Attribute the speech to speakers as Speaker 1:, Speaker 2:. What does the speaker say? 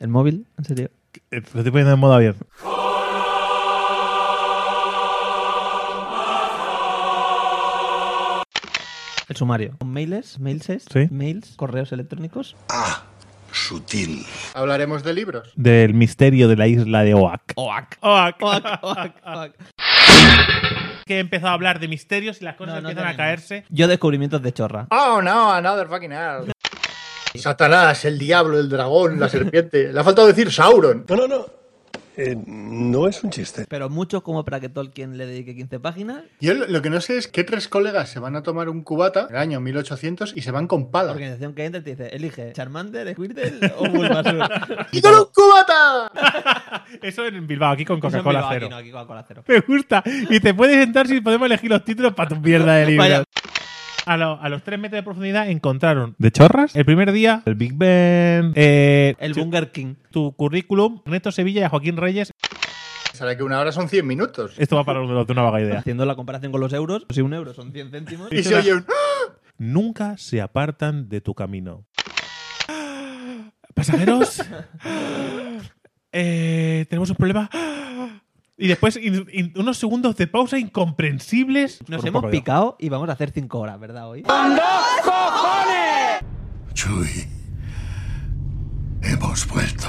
Speaker 1: ¿El móvil? ¿En serio?
Speaker 2: Eh, Lo estoy poniendo en modo abierto.
Speaker 1: El sumario. Con mails, mailses,
Speaker 2: Sí.
Speaker 1: mails, correos electrónicos.
Speaker 3: Ah, sutil.
Speaker 4: Hablaremos de libros.
Speaker 2: Del misterio de la isla de Oak.
Speaker 1: OAC. OAC, OAC, OAC.
Speaker 5: Que he empezado a hablar de misterios y las cosas
Speaker 1: No, no
Speaker 5: empiezan a
Speaker 1: tenemos.
Speaker 5: caerse.
Speaker 1: Yo descubrimientos de chorra.
Speaker 4: Oh no, another fucking hell. Satanás, el diablo, el dragón, la serpiente. Le ha faltado decir Sauron.
Speaker 3: No, no, no. Eh, no es un chiste.
Speaker 1: Pero mucho como para que Tolkien le dedique 15 páginas.
Speaker 4: Yo lo lo que no sé es qué tres colegas se van a tomar un cubata en el año 1800 y se van con
Speaker 1: La
Speaker 4: pala.
Speaker 1: organización que entra te dice, elige Charmander, Squirtle o Bulbasaur.
Speaker 4: ¡Y con un cubata!
Speaker 5: Eso en Bilbao, aquí con Coca-Cola
Speaker 1: Eso en Bilbao, aquí
Speaker 5: cero.
Speaker 1: no, aquí Coca-Cola cero.
Speaker 5: Me gusta. Y te puedes sentar si podemos elegir los títulos para tu mierda de libro.
Speaker 1: Vaya.
Speaker 5: A, lo- a los 3 metros de profundidad encontraron
Speaker 2: ¿De chorras?
Speaker 5: el primer día el Big Ben, eh,
Speaker 1: El
Speaker 5: tu-
Speaker 1: Bunker King.
Speaker 5: tu currículum, Ernesto Sevilla y a Joaquín Reyes.
Speaker 4: Será que una hora son 100 minutos.
Speaker 5: Esto va para los de una vaga idea.
Speaker 1: Haciendo la comparación con los euros, pues si un euro son 100 céntimos.
Speaker 4: Y se oye un...
Speaker 2: Nunca se apartan de tu camino.
Speaker 5: Pasajeros, eh, tenemos un problema. Y después in- in- unos segundos de pausa incomprensibles.
Speaker 1: Nos
Speaker 2: Por un
Speaker 1: hemos
Speaker 2: poco de-
Speaker 1: picado y vamos a hacer 5 horas, ¿verdad? Hoy.
Speaker 3: Chuy. Hemos vuelto.